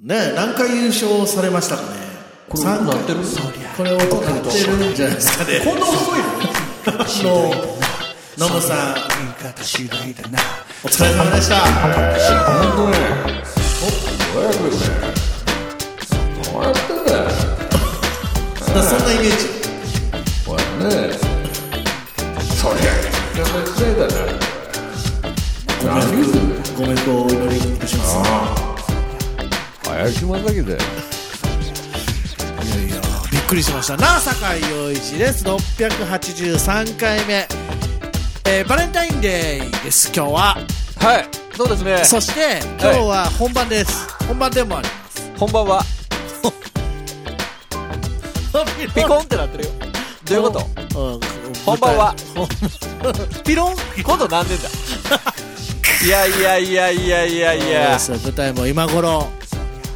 ね何回優勝されましたかねこれ音鳴ってるこれ音鳴ってるんじゃないですかねこんな遅いの野茂さんお疲れ様でしたそんなイメージご冥福をお祈りいたします林正樹だよいやいやびっくりしましたなあ酒井陽一です683回目、えーバレンタインデーです今日ははいそうですねそして今日は本番です、本番でもあります本番はピコンってなってるよどういうことと本番はピロン今度何年だ いやいやいやいやいやいやそうです舞台も今頃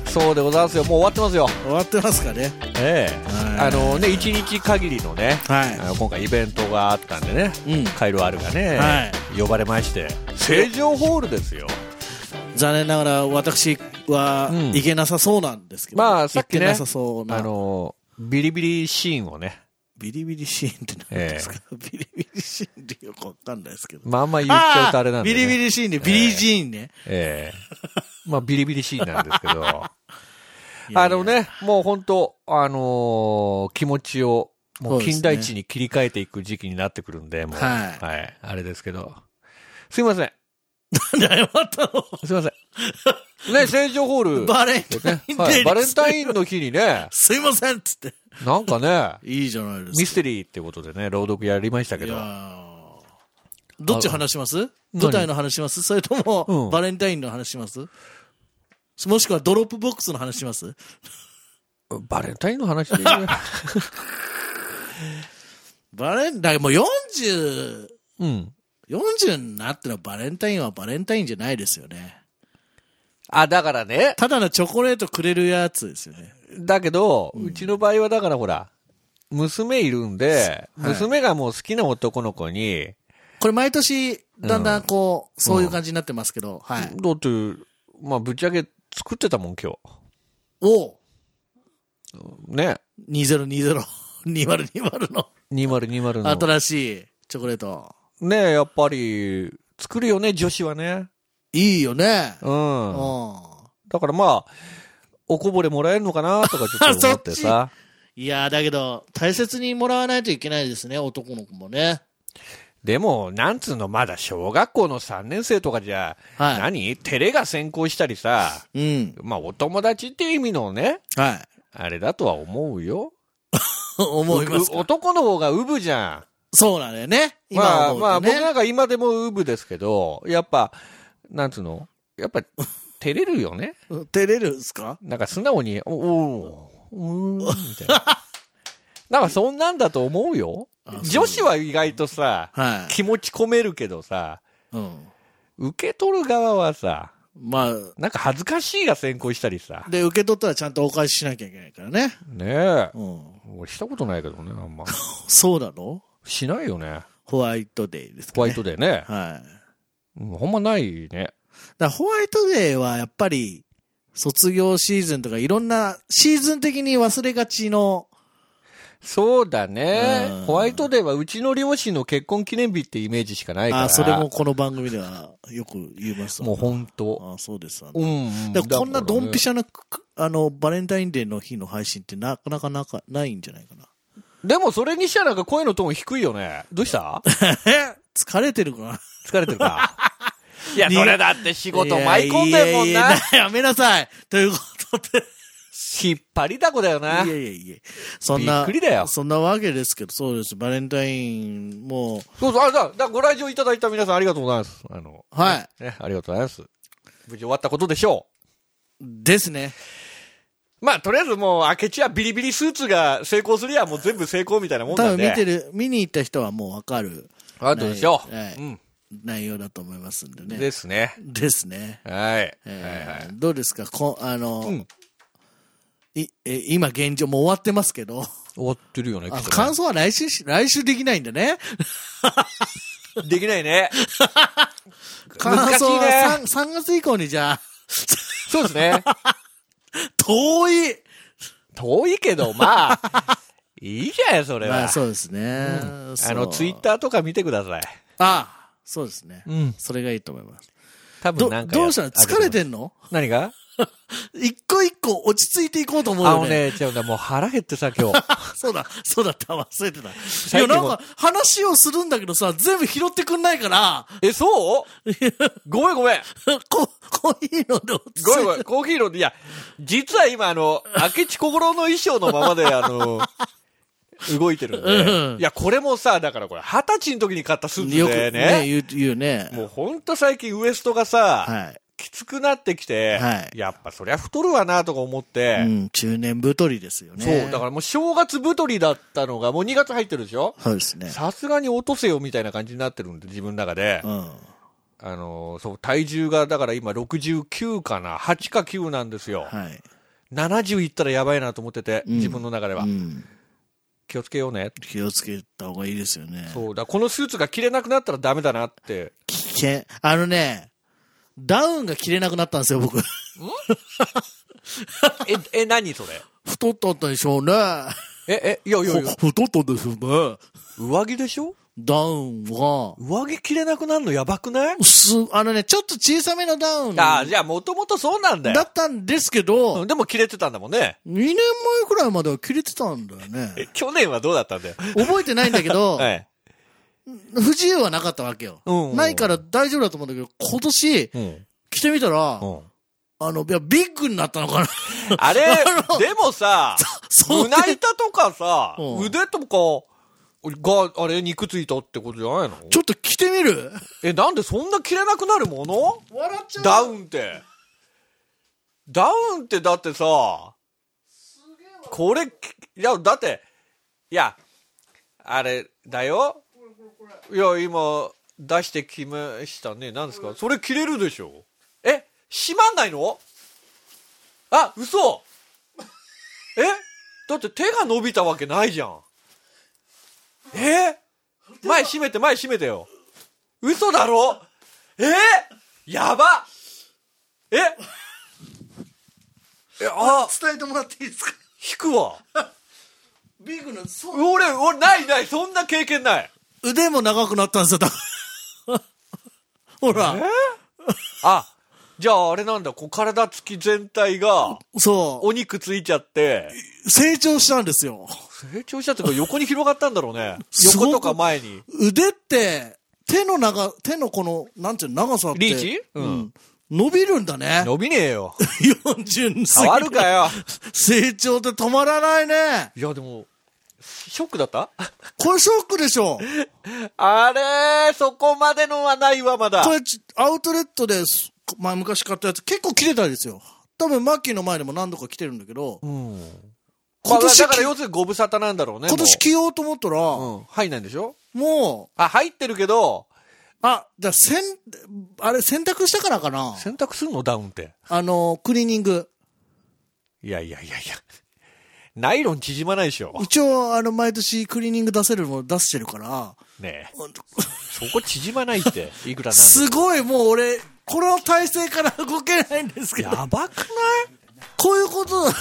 そうでございますよもう終わってますよ終わってますかねええはいあのね一日限りのねはいあの今回イベントがあったんでね、うんカイロアルがね、は呼ばれまして成城ホールですよ残念ながら私はうん行けなさそうなんですけど、まあさっきね行けなさそうなあのビリビリシーンをねビリビリシーンって何ですか、ビリビリシーンってよくわかんないですけどまああんま言っちゃうとあれなんで、ね、ビリビリシーンね、ビリージーンね。 ええまあビリビリシーンなんですけどいやいやあの。ねもう本当あのー気持ちをもうそうですね近代値に切り替えていく時期になってくるんでもうはいはい、あれですけどすいま せん謝ったすいません。 ね、成城ホーのル。バレンタインねデーはい、バレンタン。インの日に ね、すいませんっつって。なんかね、いいじゃないですか。ミステリーってことでね、朗読やりましたけいどや。ーどっち話します何舞台の話しますそれとも、うんバレンタインの話しますもしくはドロップボックスの話しますバレンタインの話で いいねバレン、だからもう40、うん。 40になったらバレンタインはバレンタインじゃないですよね。あ、だからね、ただのチョコレートくれるやつですよね。だけど、うちの場合はだからほら、娘いるんで、はい娘がもう好きな男の子に、これ毎年、だんだんこう、そういう感じになってますけど、はい。だって、まあぶっちゃけ作ってたもん今おう日。ね。 2020、2020の2020の。新しいチョコレート。ねやっぱり、作るよね、女子はね。いいよね。うう。んん。だからまあ、おこぼれもらえるのかなとかちょっと思って さ。いやー、だけど、大切にもらわないといけないですね、男の子もね。でも、なんつうの、まだ小学校の3年生とかじゃ、は何照れが先行したりさ、い。うん。まあお友達っていう意味のね、はい。 あれだとは思うよ。思いますう。男の方がウブじゃそうなんだよね。ん。ま今あ思うまとあね。僕なんか今でもウブですけど、やっぱ、なんつうの、やっぱ、照れるよね。うん照れるんすかなんか素直に、おおうーん、みたいな。なんかそんなんだと思うよあ。そう女子は意外とさ、は気持ち込めるけどさ、い。うん。受け取る側はさ、まなんか恥ずかしいが先行したりさあ、。で、受け取ったらちゃんとお返ししなきゃいけないからね。ねえ。うん。俺したことないけどね、あんま。そうなのしないよね。ホワイトデーですかね。ホワイトデーね。はい。うんほんまないね。だからホワイトデーはやっぱり卒業シーズンとかいろんなシーズン的に忘れがちの、そうだねうん。ホワイトデーはうちの両親の結婚記念日ってイメージしかないから。あそれもこの番組ではよく言いますわもうほんと。あそうですわね、うん。だからこんなドンピシシャャな、くあの、バレンタインデーの日の配信ってなかなかなかないんじゃないかな。でもそれにしてはなんか声のトーン低いよね。どうしたえ疲れてるかな疲れて るか。いや、それだって仕仕事舞い込んでんもんな。やめなさいということ で。引っ張りだこだよな。いやいやいや。そんな、びっくりだよそんなわけですけど、そうです。バレンタイン、もう、そうそう、あ、だ、だ、ご来場いただいた皆さんありがとうございます。あの、はい。ね、ありがとうございます。無事終わったことでしょですね。う。まあ、とりあえずもう、明智はビリビリスーツが成功すりゃ、もう全部成功みたいなもん多なん分で。見てる、見に行った人はもうわかるあとでしょう。はいうん。内容だと思いますんでね。。ですすね。ね。はい。えはいはーいどうですかこあの、うんいえ今現状もう終わってますけど、終わってるよね、あきっとね感想は来週し、来週できないんでね。できないね。感 難しい想はね。 3, 3月以降にじゃあ、そうですね。 遠い遠いけど、まあ、 いいじゃない、それは。まあそうですね。そうあの、ツイッターとか見てください。ああ、そうですね。うん。それがいいと思います。多分ど、なんかどうしたの疲れるてんの何が一個一個落ち着いていこうと思うあよのね。ね、ちょ、もう腹減ってさ、今日。 そうだ、そうだった、忘れてた。い最や、近なもんか話をするんだけどさ、全部拾ってくんないから、え、そうごめんごめん。こコーヒー飲んで落ち着いごめんごめん。コーヒー飲んで、いや、実は今、あの、明智小五郎の衣装のま まで、あの、動いてるんうんで。いや、これもさ、だからこれ、二十歳の時に買ったスーツよくでねね。言う、言うね。もうほんと最近ウエストがさ、はい。きつくなってきて、はいやっぱそりゃ太るわなとか思って、うん、中年太りですよね。そう、だからもう正月太りだったのが、もう2月入ってるでしょそうですね。さすがに落とせよみたいな感じになってるんで、自分の中でう。ん。あのー、そう、体重がだから今69かな、8か9なんですよ。はい。 70いったらやばいなと思ってて、うん自分の中では。うん。気をつけようね。気をつけた方がいいですよね。そう、だからこのスーツが着れなくなったらダメだなって。危険。あのね、ダウンが着れなくなったんですよ、僕。え、え、何それ太ったんでしょうね。え、え、いやいやいや、ほ太ったんでしょうね。上着でしょダウンは、上着着れなくなるのやばくないす、あのね、ちょっと小さめのダウンああ、だじゃあもともとそうなんだよ。ったんですけど、うん2でも着れてたんだもんね。年前くらいまでは着れてたんだよね。去年はどうだったんだよ。覚えてないんだけ ど、はい。不自由はなかったわけよ。うんうんないから大丈夫だと思うんだけど、今年うん。着てみたら、うん。あの、いや、ビッグになったのかな。 あれ、でもさ、そう胸板とかさ、うん腕とか、が、あれ、肉ついたってことじゃないのちょっと着てみるえ、なんでそんな着れなくなるもの笑っちゃう。ダウンって。ダウンってだってさ、これ、いや、だって、いや、あれだよ。いや、今、出してきましたね。何ですかそれ着れるでしょえ閉まんないのあ、嘘えだって手が伸びたわけないじゃん。え前閉めて、前閉めてよ。嘘だろえやばええ、あ、伝えてもらっていいですか引くわ。ビッグの、そう俺、俺、ないない、そんな経験ない。腕も長くなったんですよ、だ ほら、あ、じゃああれなんだ、こう体つき全体が、そお肉ついちゃって、う、成長したんですよ。成長したっていうか横に広がったんだろうね。すごく横とか前に。腕って、手の長、手のこの、なんていうの長さって。リーチううんん。伸びるんだね。伸びねえよ。 40過ぎ変わるかよ。成長って止まらないね。いや、でも、ショックだったこれショックでしょ。あれそこまでのはないわ、まだ。これ、ちアウトレットです。まあ、昔買ったやつ、結構切れたんですよ。多分、マッキーの前でも何度か来てるんだけど、うん。今今年年、だから着要するにご無沙汰なんだろうね。今年着ようと思ったら、もううん。入んないんでしょもう、あ、入ってるけど、あ、だせん、あれ、洗濯したからかな洗濯すんのダウンって。あの、クリーニング。いやいやいやいや。ナイロン縮まないでしょ。一応、あの、毎年クリーニング出せるもの出してる から、ねえ。ほんとそこ縮まないって。いくらなんでもすごい、もう俺、この体勢から動けないんですけど、やばくないこういうことだ。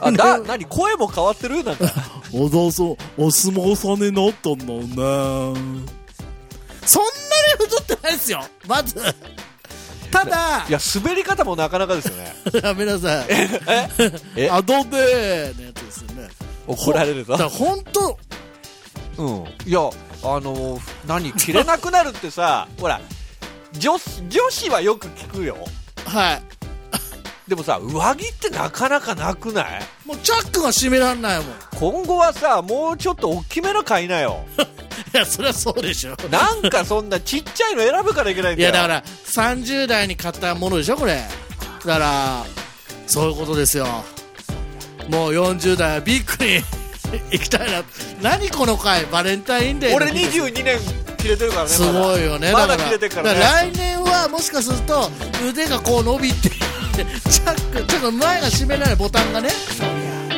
あ、だ、なに声も変わってるなんか。小沢さん、お相撲さんになったんだね。そんなに太ってないですよ、まず。ただい、や、滑り方もなかなかですよね。 やめなさい。えアドベーのやつですよね。怒られるだかぞ。ら本当、うん。いや、あの何着れなくなるってさ、ほら、女子、女子はよく聞くよ。はい。でもさ、上着ってなかなかなくないもうチャックが閉めらんないもん。い今後はさ、もうちょっと大きめの買いなよ。や、そりゃそうでしょ。なんかそんなちっちゃいの選ぶからいけないんいだよ。や、だから、30代に買ったものでしょ、これ。だから、そういうことですよ。もう40代はビッグに 行きたいな。何この回、バレンタインデーの俺22年切れてるからね。すごいよね。まだだか切られてるからね。だから来年はもしかすると腕がこう伸びて チャックちょっと前が閉められないボタンがね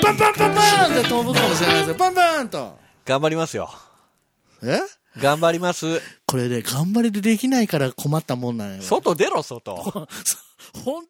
パンパンパンパンって飛ぶかもしれないですよパンパンと頑張りますよ。え頑張ります。これね頑張りでできないから困ったもんなんよ外出ろ、外。本